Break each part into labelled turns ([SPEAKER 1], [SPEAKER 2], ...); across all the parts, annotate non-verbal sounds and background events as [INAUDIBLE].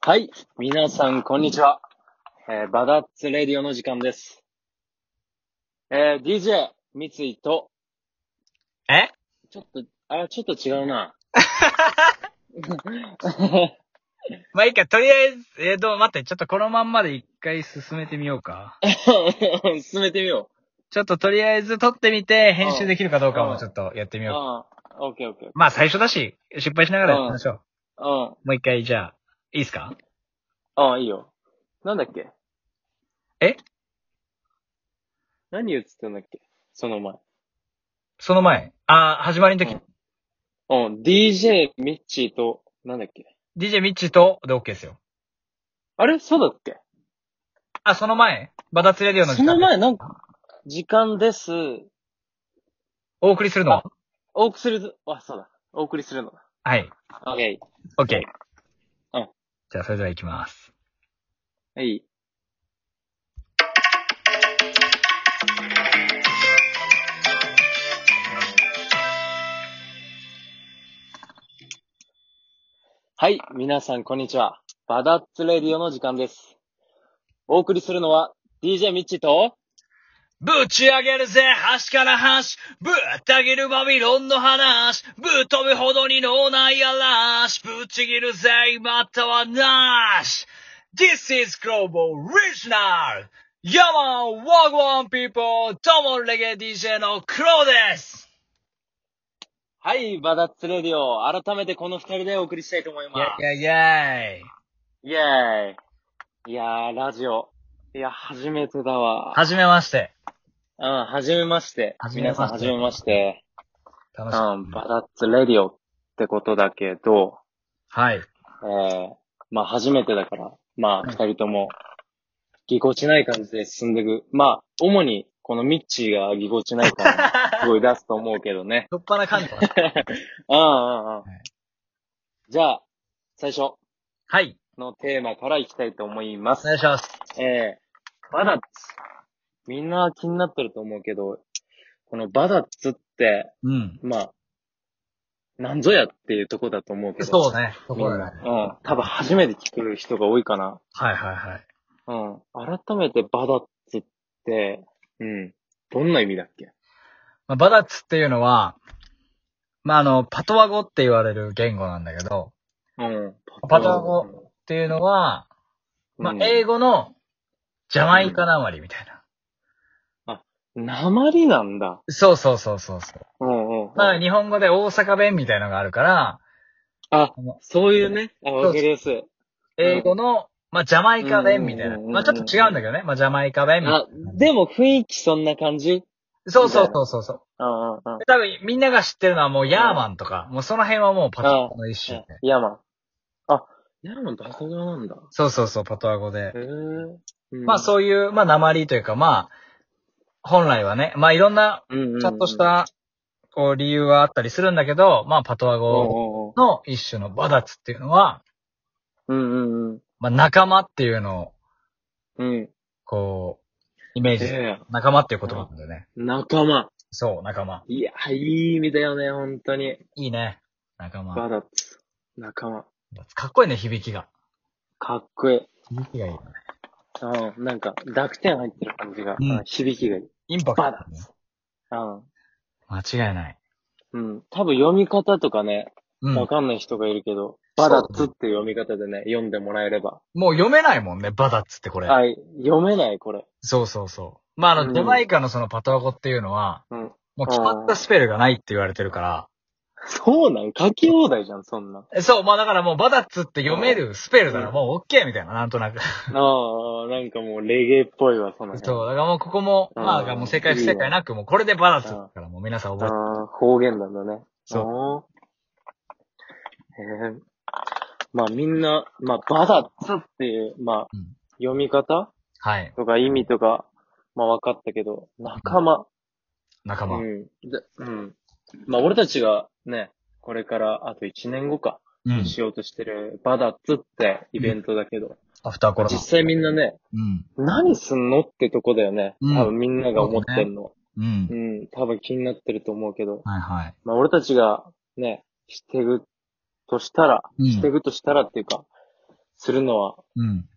[SPEAKER 1] はい。皆さん、こんにちは。えーバダッツレディオの時間です。えー DJ、三井と、
[SPEAKER 2] え
[SPEAKER 1] ちょっと、あ、ちょっと違うな。 [LAUGHS]
[SPEAKER 2] [LAUGHS] まあいいか、とりあえず、えー、どう、待って、ちょっとこのまんまで一回進めてみようか。
[SPEAKER 1] 進めてみよ
[SPEAKER 2] ちょっととりあえず撮ってみて、編集できるかどうかもちょっとやってみ
[SPEAKER 1] う。
[SPEAKER 2] よう。
[SPEAKER 1] ああ、オッケーオッケー。
[SPEAKER 2] まあ最初だし、失敗しながらやってみましょう。
[SPEAKER 1] うん。
[SPEAKER 2] もう一回、じゃあ、いいっすか
[SPEAKER 1] ああ、いいよ。なんだっけ
[SPEAKER 2] え
[SPEAKER 1] 何言ってたんだっけその前。
[SPEAKER 2] その前。あー、始まりの時、
[SPEAKER 1] うん、DJ、ミッチーと、なんだっけ
[SPEAKER 2] DJ ミッチーと、で OK ですよ。
[SPEAKER 1] あれそうだっけ
[SPEAKER 2] あ、その前バタツレディオの時
[SPEAKER 1] そ
[SPEAKER 2] 間。
[SPEAKER 1] の前、なんか、時間です。
[SPEAKER 2] お送りするのは
[SPEAKER 1] お送りするぞ、あ、そうだ。お送りするのだ。
[SPEAKER 2] はい。
[SPEAKER 1] オッケ
[SPEAKER 2] OK。
[SPEAKER 1] うん。
[SPEAKER 2] じゃあ、それでは行きます。
[SPEAKER 1] ー。はい。はい、皆さん、こんにちは。バダッツレディオの時間です。お送りするのは、DJ ミッチーと、
[SPEAKER 2] ぶち上げるぜ、端から端。ぶった切るバビロンの話。ぶっ飛ぶほどに脳内嵐。ぶち切るぜ、またはなし。This is Global Regional! ヤマン、ワゴワンピーポー、どうもレゲエ DJ のクローです
[SPEAKER 1] はい、バダッツレディオ。改めてこの二人でお送りしたいと思います。
[SPEAKER 2] イェイイェイ
[SPEAKER 1] イェーイ。いやー、ラジオ。いや、初めてだわ。
[SPEAKER 2] はじめまして。
[SPEAKER 1] うん、はじめまして。
[SPEAKER 2] はじめま
[SPEAKER 1] 皆
[SPEAKER 2] して
[SPEAKER 1] さん、はじめまして。う
[SPEAKER 2] 楽
[SPEAKER 1] ん、
[SPEAKER 2] し
[SPEAKER 1] バ
[SPEAKER 2] み。
[SPEAKER 1] ダッツレディオってことだけど、
[SPEAKER 2] [LAUGHS] はい。
[SPEAKER 1] えー、まあ、初めてだから、まあ、二人とも、ぎこちない感じで進んでいく。まあ、主に、このミッチーがぎこちない
[SPEAKER 2] [LAUGHS]
[SPEAKER 1] 感じ、すごい出すと思うけどね。
[SPEAKER 2] っぱな感じ。
[SPEAKER 1] うん、うん、うん
[SPEAKER 2] い。
[SPEAKER 1] じゃあ、最初
[SPEAKER 2] はい。
[SPEAKER 1] のテーマからいきたいと思います
[SPEAKER 2] お。願いします。
[SPEAKER 1] えー、バダッツ。みんな気になってると思うけど、このバダッツって、
[SPEAKER 2] うん。
[SPEAKER 1] まあ、なんぞやっていうとこだと思うけど。
[SPEAKER 2] そうね。そ
[SPEAKER 1] みん
[SPEAKER 2] こ
[SPEAKER 1] な
[SPEAKER 2] だね。
[SPEAKER 1] うん。多分初めて聞く人が多いかな。
[SPEAKER 2] はいはいはい。
[SPEAKER 1] うん。改めてバダッツって、うん。どんな意味だっけ
[SPEAKER 2] まあ、バダッツっていうのは、まあ、あの、パトワ語って言われる言語なんだけど、
[SPEAKER 1] うん。
[SPEAKER 2] パタゴっていうのは、まあ、英語のジャマイカなまりみたいな。
[SPEAKER 1] 語。鉛なんだ。
[SPEAKER 2] そうそうそうそうそ
[SPEAKER 1] う
[SPEAKER 2] う。
[SPEAKER 1] んうんうん。
[SPEAKER 2] まあ、日本語で大阪弁みたいなのがあるから、
[SPEAKER 1] あ
[SPEAKER 2] あの、
[SPEAKER 1] そういうね。あ、わかりやすい。
[SPEAKER 2] 英語の、まあ、ジャマイカ弁みたい
[SPEAKER 1] う
[SPEAKER 2] な。
[SPEAKER 1] んうんうんうん
[SPEAKER 2] まあ、ちょっと違うんだけどね。まあ、ジャマイカ弁みたいな。
[SPEAKER 1] あ、でも雰囲気そんな感じ
[SPEAKER 2] そうそうそうそうそう。
[SPEAKER 1] うんうんうん。
[SPEAKER 2] 多分、みんなが知ってるのはもう、ヤーマンとか、もうその辺はもうパトワ語の一種で。
[SPEAKER 1] ヤマン。あ、ヤマンバカ側なんだ。
[SPEAKER 2] そうそうそう、パトワ語
[SPEAKER 1] へ
[SPEAKER 2] で。
[SPEAKER 1] え。
[SPEAKER 2] まあ、そういう、まあ、鉛というか、まあ、本来はね、まあ、いろんな
[SPEAKER 1] うん。
[SPEAKER 2] ちゃんとした、こう、理由はあったりするんだけど、まあ、パトワ
[SPEAKER 1] うん
[SPEAKER 2] 語の一種のバダツっていうのは、
[SPEAKER 1] うんうん。うん
[SPEAKER 2] まあ、仲間っていうのを、
[SPEAKER 1] うんうん。
[SPEAKER 2] こう、イメージする。
[SPEAKER 1] ええ
[SPEAKER 2] 仲間っていう言葉なんだよね。
[SPEAKER 1] 仲間。
[SPEAKER 2] そう、仲間。
[SPEAKER 1] いや、いい意味だよね、本当に。
[SPEAKER 2] いいね。仲間
[SPEAKER 1] バ。ダッツ。仲間。
[SPEAKER 2] かっこいいね、響きが。
[SPEAKER 1] かっこいい。
[SPEAKER 2] 響きがいいよね。
[SPEAKER 1] うん。なんか、濁点入ってる感じが、
[SPEAKER 2] うん
[SPEAKER 1] うん響きがいい。
[SPEAKER 2] インパクト
[SPEAKER 1] バ
[SPEAKER 2] だ
[SPEAKER 1] ダ
[SPEAKER 2] ね。
[SPEAKER 1] うん。
[SPEAKER 2] 間違いない。
[SPEAKER 1] うん。多分読み方とかね、
[SPEAKER 2] うん。
[SPEAKER 1] わ
[SPEAKER 2] も
[SPEAKER 1] かんない人がいるけど、
[SPEAKER 2] そ
[SPEAKER 1] バ
[SPEAKER 2] うだ
[SPEAKER 1] ダ
[SPEAKER 2] ね
[SPEAKER 1] ッツって読み方でね、読んでもらえれば。
[SPEAKER 2] う読めないもんね、バダッツってこれ。
[SPEAKER 1] はい。読めない、これ。
[SPEAKER 2] そうそうそう。まあ、あ
[SPEAKER 1] う
[SPEAKER 2] の、
[SPEAKER 1] ん
[SPEAKER 2] ジャマイカのそのパトワ語っていうのは、
[SPEAKER 1] うん。
[SPEAKER 2] もう決まったスペルがないって言われてるから、
[SPEAKER 1] そうなん書き放題じゃん、そんなん。
[SPEAKER 2] えそう、まあだからもうバダッツって読めるスペルならもうオッケーみたいな、なんとなく。
[SPEAKER 1] ああ、なんかもうレゲエっぽいわ、その辺。
[SPEAKER 2] そう、だからもうここも、
[SPEAKER 1] うん
[SPEAKER 2] まあもう正解不正解なく、もうこれでバダッツだからもう皆さん覚えて。
[SPEAKER 1] ああ、方言なんだね。
[SPEAKER 2] そう
[SPEAKER 1] う。へえまあみんな、まあバダッツっていう、まあ、
[SPEAKER 2] うん
[SPEAKER 1] 読み方
[SPEAKER 2] はい、
[SPEAKER 1] とか意味とか、まあ分かったけど、仲間。
[SPEAKER 2] 仲
[SPEAKER 1] う
[SPEAKER 2] 間。うん。
[SPEAKER 1] ん。でうん。まあ俺たちがね、これからあと1年後か、しようとしてるバダッツってイベントだけど、
[SPEAKER 2] アフターコロナ
[SPEAKER 1] 実。際みんなね、
[SPEAKER 2] うん。
[SPEAKER 1] 何すんのってとこだよね。
[SPEAKER 2] うん
[SPEAKER 1] 多分みんなが思ってんの。
[SPEAKER 2] うん
[SPEAKER 1] う。ん、多分気になってると思うけど。
[SPEAKER 2] はいはい。
[SPEAKER 1] まあ、俺たちがね、してぐとしたら、
[SPEAKER 2] うん
[SPEAKER 1] してぐとしたらっていうか、するのは
[SPEAKER 2] うん。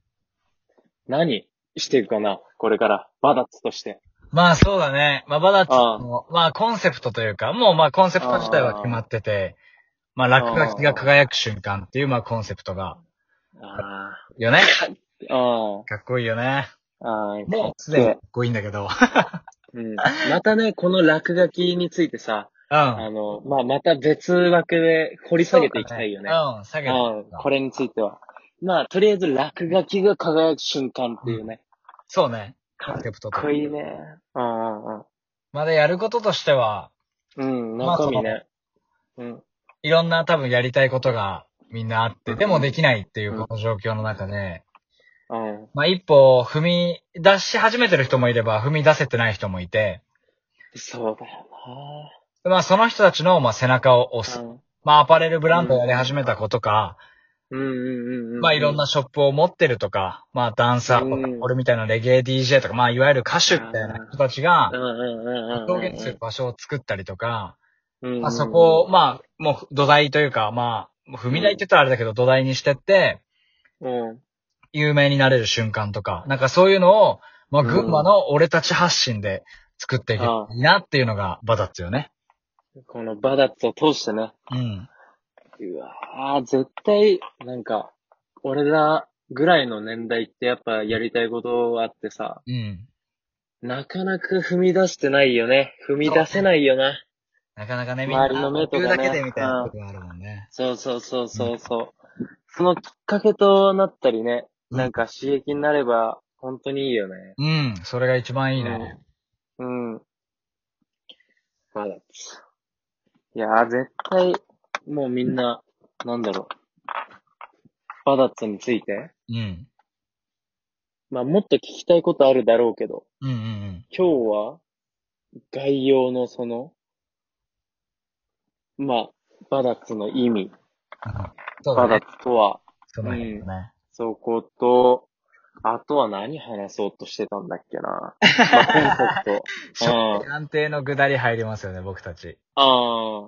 [SPEAKER 1] 何していくかなこれから、バダッツとして。
[SPEAKER 2] まあそうだね。まあバダッツ
[SPEAKER 1] ああ
[SPEAKER 2] の、まあコンセプトというか、もうまあコンセプト自体は決まってて、まあ落書きが輝く瞬間っていうまあコンセプトが、
[SPEAKER 1] あ
[SPEAKER 2] よね。
[SPEAKER 1] あ。あ
[SPEAKER 2] かっこいいよね。
[SPEAKER 1] あ。ああ。
[SPEAKER 2] もうすでにかっこいいんだけど。 [LAUGHS]
[SPEAKER 1] うん。またね、この落書きについてさ、
[SPEAKER 2] うん。
[SPEAKER 1] あの、まあ、また別枠で掘り下げていきたいよね。
[SPEAKER 2] うん、下げていこ
[SPEAKER 1] うん
[SPEAKER 2] うか。
[SPEAKER 1] これについては。まあ、とりあえず落書きが輝く瞬間っていうね。
[SPEAKER 2] そうね。
[SPEAKER 1] か
[SPEAKER 2] コンセプト
[SPEAKER 1] かっ
[SPEAKER 2] と
[SPEAKER 1] こ。いいね。うんうん
[SPEAKER 2] まだやることとしては、
[SPEAKER 1] うん。うん、
[SPEAKER 2] まあ
[SPEAKER 1] 中身ね。うん。
[SPEAKER 2] いろんな多分やりたいことがみんなあって、でもできないっていうこの状況の中で、
[SPEAKER 1] うん。
[SPEAKER 2] まあ一歩踏み出し始めてる人もいれば、踏み出せてない人もいて、
[SPEAKER 1] そうだよ
[SPEAKER 2] まあその人たちのまあ背中を押す。
[SPEAKER 1] な。
[SPEAKER 2] まあアパレルブランドやり始めた子とか、
[SPEAKER 1] うん。うんうんうんうん。
[SPEAKER 2] まあいろんなショップを持ってるとか、まあダンサーとか、
[SPEAKER 1] うん
[SPEAKER 2] 俺みたいなレゲエ DJ とか、まあいわゆる歌手みたいな人たちが
[SPEAKER 1] う、んうんうんうん。
[SPEAKER 2] 表現する場所を作ったりとか、
[SPEAKER 1] うんうんうん。
[SPEAKER 2] まあそこを、まあ、もう土台というか、まあ、踏み台って言ったらあれだけど、土台にしてって、
[SPEAKER 1] うん。
[SPEAKER 2] 有名になれる瞬間とか、なんかそういうのを、まあ、群馬の俺たち発信で作っていけばいいなっていうのがバダッツよね。
[SPEAKER 1] このバダッツを通してね。
[SPEAKER 2] うん。
[SPEAKER 1] うわぁ、絶対、なんか、俺らぐらいの年代ってやっぱやりたいことあってさ、
[SPEAKER 2] うん。
[SPEAKER 1] なかなか踏み出してないよね。踏み出せないよな。
[SPEAKER 2] なかなかね、みんな、
[SPEAKER 1] 周りの目とか
[SPEAKER 2] 言
[SPEAKER 1] ね
[SPEAKER 2] うだけでみたいなことがあるもんね。
[SPEAKER 1] そうそうそうそうそう。そのきっかけとなったりね、なんか刺激になれば、本当にいいよね。
[SPEAKER 2] うん、それが一番いいね。
[SPEAKER 1] うん。うん。バダッツ。いやー、絶対、もうみんな、なんだろう。バダッツについて
[SPEAKER 2] うん。
[SPEAKER 1] まあ、もっと聞きたいことあるだろうけど、
[SPEAKER 2] うんうんうん。
[SPEAKER 1] 今日は、概要のその、まあ、バダッツの意味、
[SPEAKER 2] そう
[SPEAKER 1] バダッ
[SPEAKER 2] だね。
[SPEAKER 1] ツとは、
[SPEAKER 2] その辺だね。
[SPEAKER 1] そこと、あとは何話そうとしてたんだっけ
[SPEAKER 2] [LAUGHS]
[SPEAKER 1] な。まあ、コンセプ
[SPEAKER 2] 正
[SPEAKER 1] ト。うん。
[SPEAKER 2] 直安定の下り入りますよね、僕たち。
[SPEAKER 1] ああ。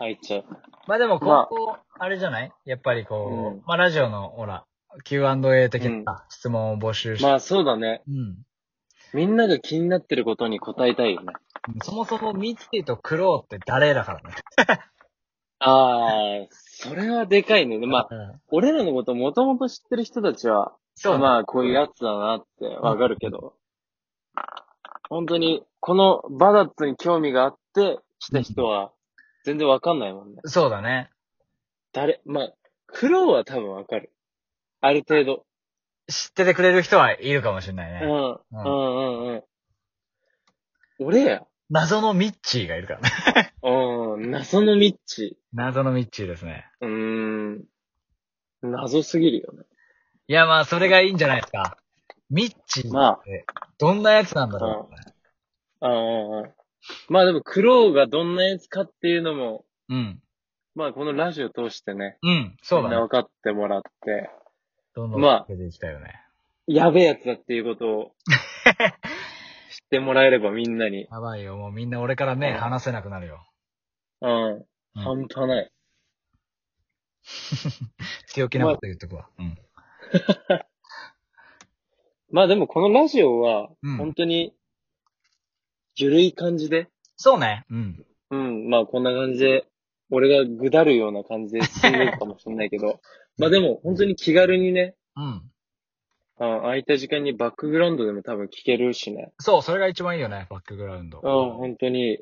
[SPEAKER 1] 入っちゃう。
[SPEAKER 2] まあで
[SPEAKER 1] ま
[SPEAKER 2] も、今後、あれじゃないやっぱりこう、
[SPEAKER 1] うん
[SPEAKER 2] まあラジオの、ほら、Q&A 的な質問を募集して、
[SPEAKER 1] まあそうだね。
[SPEAKER 2] うん。
[SPEAKER 1] みんなが気になってることに答えたいよね。
[SPEAKER 2] そもそもミッチーとクローって誰だからね。
[SPEAKER 1] ああ、それはでかいね。まあ、
[SPEAKER 2] うん
[SPEAKER 1] 俺らのこともともと知ってる人たちは、
[SPEAKER 2] そうね
[SPEAKER 1] まあ、こういうやつだなってわかるけど、本当に、このバダッツに興味があって来た人は、全然わかんないもんね。
[SPEAKER 2] そうだね。
[SPEAKER 1] 誰、まあ、苦労は多分わかる。ある程度。
[SPEAKER 2] 知っててくれる人はいるかもしれないうね。
[SPEAKER 1] ん。うんうんうん。俺や。
[SPEAKER 2] 謎のミッチーがいるからね。 [LAUGHS]
[SPEAKER 1] うん。謎のミッチ。
[SPEAKER 2] 謎のミッチーですね。
[SPEAKER 1] うーん。謎すぎるよね。
[SPEAKER 2] いや、まあ、それがいいんじゃないですか。ミッチー
[SPEAKER 1] ま
[SPEAKER 2] って、どんなやつなんだろう、
[SPEAKER 1] あ、うんうんうん。まあでも苦労がどんなやつかっていうのも、
[SPEAKER 2] うん。
[SPEAKER 1] まあこのラジオ通してね、
[SPEAKER 2] うん、そう
[SPEAKER 1] み
[SPEAKER 2] だ
[SPEAKER 1] んな
[SPEAKER 2] ね。
[SPEAKER 1] 分かってもらって、
[SPEAKER 2] どんどん
[SPEAKER 1] まあ
[SPEAKER 2] 出ていきたいよね。
[SPEAKER 1] やべえやつだっていうこと
[SPEAKER 2] [LAUGHS]
[SPEAKER 1] を知ってもらえればみんなに。
[SPEAKER 2] やばいよ、もうみんな俺から目
[SPEAKER 1] うん
[SPEAKER 2] 離せなくなるよ。
[SPEAKER 1] うん。
[SPEAKER 2] うん
[SPEAKER 1] 半端ない。
[SPEAKER 2] 強気なこと言っとくわ。うん。
[SPEAKER 1] まあでもこのラジオは
[SPEAKER 2] うん、
[SPEAKER 1] 本当に、ゆるい感じで、
[SPEAKER 2] そうね。うん。
[SPEAKER 1] うん、まあこんな感じで、俺がぐだるような感じで進んでいくかもしれないけ
[SPEAKER 2] [LAUGHS]
[SPEAKER 1] ど、まあでも本当に気軽にね、
[SPEAKER 2] うん。
[SPEAKER 1] うん、空いた時間にバックグラウンドでも多分聞けるしね。
[SPEAKER 2] そう、それが一番いいよね、バックグラウンド。
[SPEAKER 1] うん、本当に、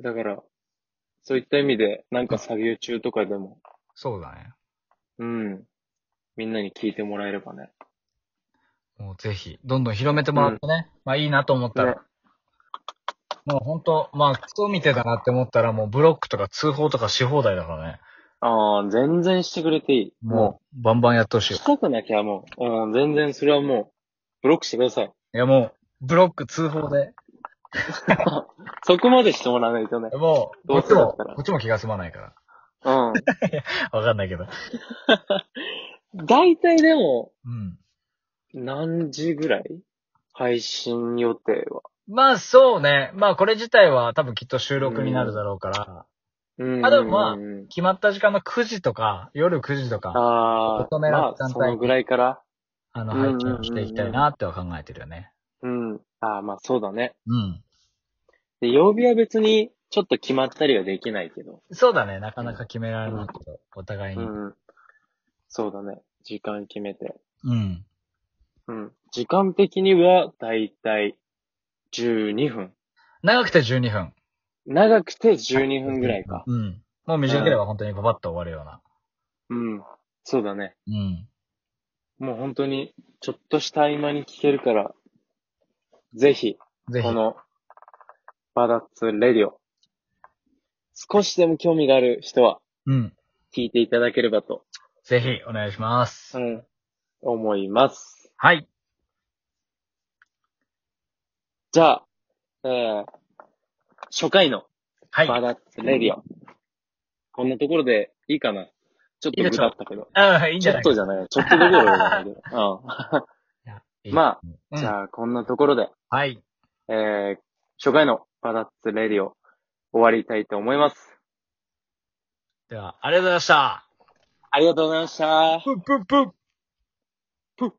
[SPEAKER 1] だから、そういった意味で、なんか作業中とかでも、
[SPEAKER 2] そうだね。
[SPEAKER 1] うん、みんなに聞いてもらえればね。
[SPEAKER 2] もうぜひ、どんどん広めてもらってね。まあいいなと思ったら、もう本当まあ、クソ見てたなって思ったら、もうブロックとか通報とかし放題だからね。
[SPEAKER 1] ああ、全然してくれていい。も
[SPEAKER 2] もう、バンバンやってほし
[SPEAKER 1] う、
[SPEAKER 2] いよ。
[SPEAKER 1] したくなきゃもう、うん、全然それはもう、ブロックしてください。
[SPEAKER 2] いやもう、ブロック通報で。
[SPEAKER 1] そこまでしてもらわないとね。
[SPEAKER 2] もう、
[SPEAKER 1] どう
[SPEAKER 2] こっ
[SPEAKER 1] せ
[SPEAKER 2] ち
[SPEAKER 1] だ
[SPEAKER 2] も、
[SPEAKER 1] ったら
[SPEAKER 2] こっちも気が済まないか
[SPEAKER 1] うん。
[SPEAKER 2] ら。わかんないけど。
[SPEAKER 1] [LAUGHS] 大体でも、
[SPEAKER 2] うん。
[SPEAKER 1] 何時ぐらい配信予定は。
[SPEAKER 2] まあそうね。まあこれ自体は多分きっと収録になるだろうから、
[SPEAKER 1] うん。
[SPEAKER 2] あでもまあ
[SPEAKER 1] うん
[SPEAKER 2] 決まった時間の9時とか、夜9時とか、
[SPEAKER 1] ああ、
[SPEAKER 2] 大人の
[SPEAKER 1] まあ、
[SPEAKER 2] 時間帯
[SPEAKER 1] そのぐらいから。
[SPEAKER 2] あの、
[SPEAKER 1] うんうん
[SPEAKER 2] 配信していきたいなっては考えてるよね。
[SPEAKER 1] うん。ああ、まあそうだね。
[SPEAKER 2] うん。
[SPEAKER 1] で、曜日は別に、ちょっと決まったりはできないけど。
[SPEAKER 2] そうだね。なかなか決められないけど、お互いうに。
[SPEAKER 1] ん。そうだね。時間決めて。
[SPEAKER 2] うん。
[SPEAKER 1] うん。時間的には、だいたい、12分。
[SPEAKER 2] 長くて12分。
[SPEAKER 1] 長くて12分ぐらいか。
[SPEAKER 2] うん。もう短ければ本当にパパッと終わるような。
[SPEAKER 1] うん。そうだね。
[SPEAKER 2] うん。
[SPEAKER 1] もう本当に、ちょっとした合間に聞けるから、ぜひ、
[SPEAKER 2] ぜひ
[SPEAKER 1] こ。の、バダッツレディオ。少しでも興味がある人は、
[SPEAKER 2] うん。
[SPEAKER 1] 聞いていただければと、
[SPEAKER 2] ぜひ、お願いします。
[SPEAKER 1] うん、思います。
[SPEAKER 2] はい。
[SPEAKER 1] じゃあ、えー、初回の
[SPEAKER 2] はい。
[SPEAKER 1] バダッツレディオ。こんなところでいいかなちょっとグだったけど。
[SPEAKER 2] ああ、いいんじ
[SPEAKER 1] ち
[SPEAKER 2] ゃ
[SPEAKER 1] ょっ
[SPEAKER 2] ないか
[SPEAKER 1] とじゃない。ちょっとどころじゃないけど。
[SPEAKER 2] [LAUGHS] いい
[SPEAKER 1] まう。
[SPEAKER 2] うんん
[SPEAKER 1] じゃあ、こんなところで、
[SPEAKER 2] はい。
[SPEAKER 1] えー、初回のバダッツレディオ、終わりたいと思います。
[SPEAKER 2] では、ありがとうございました。
[SPEAKER 1] ありがとうございました。
[SPEAKER 2] ぷっぷっぷっ